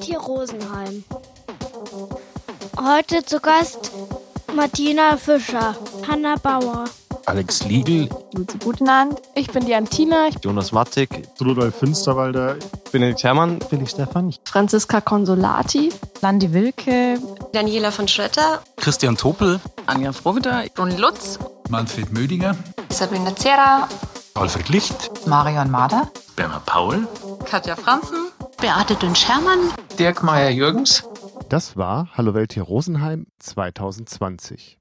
hier Rosenheim. Heute zu Gast Martina Fischer, Hanna Bauer. Alex Liegel, Luzi Gutenand. Ich bin die Antina. Ich Jonas Mattig, Rudolf Finsterwalder. Benedikt Hermann, Felix Stefan, Franziska Consolati. Landi Wilke. Daniela von Schrötter. Christian Topel, Anja Frohwitter. Ron Lutz. Manfred Mödinger. Sabrina Zera. Alfred Licht. Marion Mader. Bernhard Paul. Katja Franzen. Beate Dünn-Schermann. Dirk Meyer-Jürgens. Das war Hallo Welt hier Rosenheim 2020.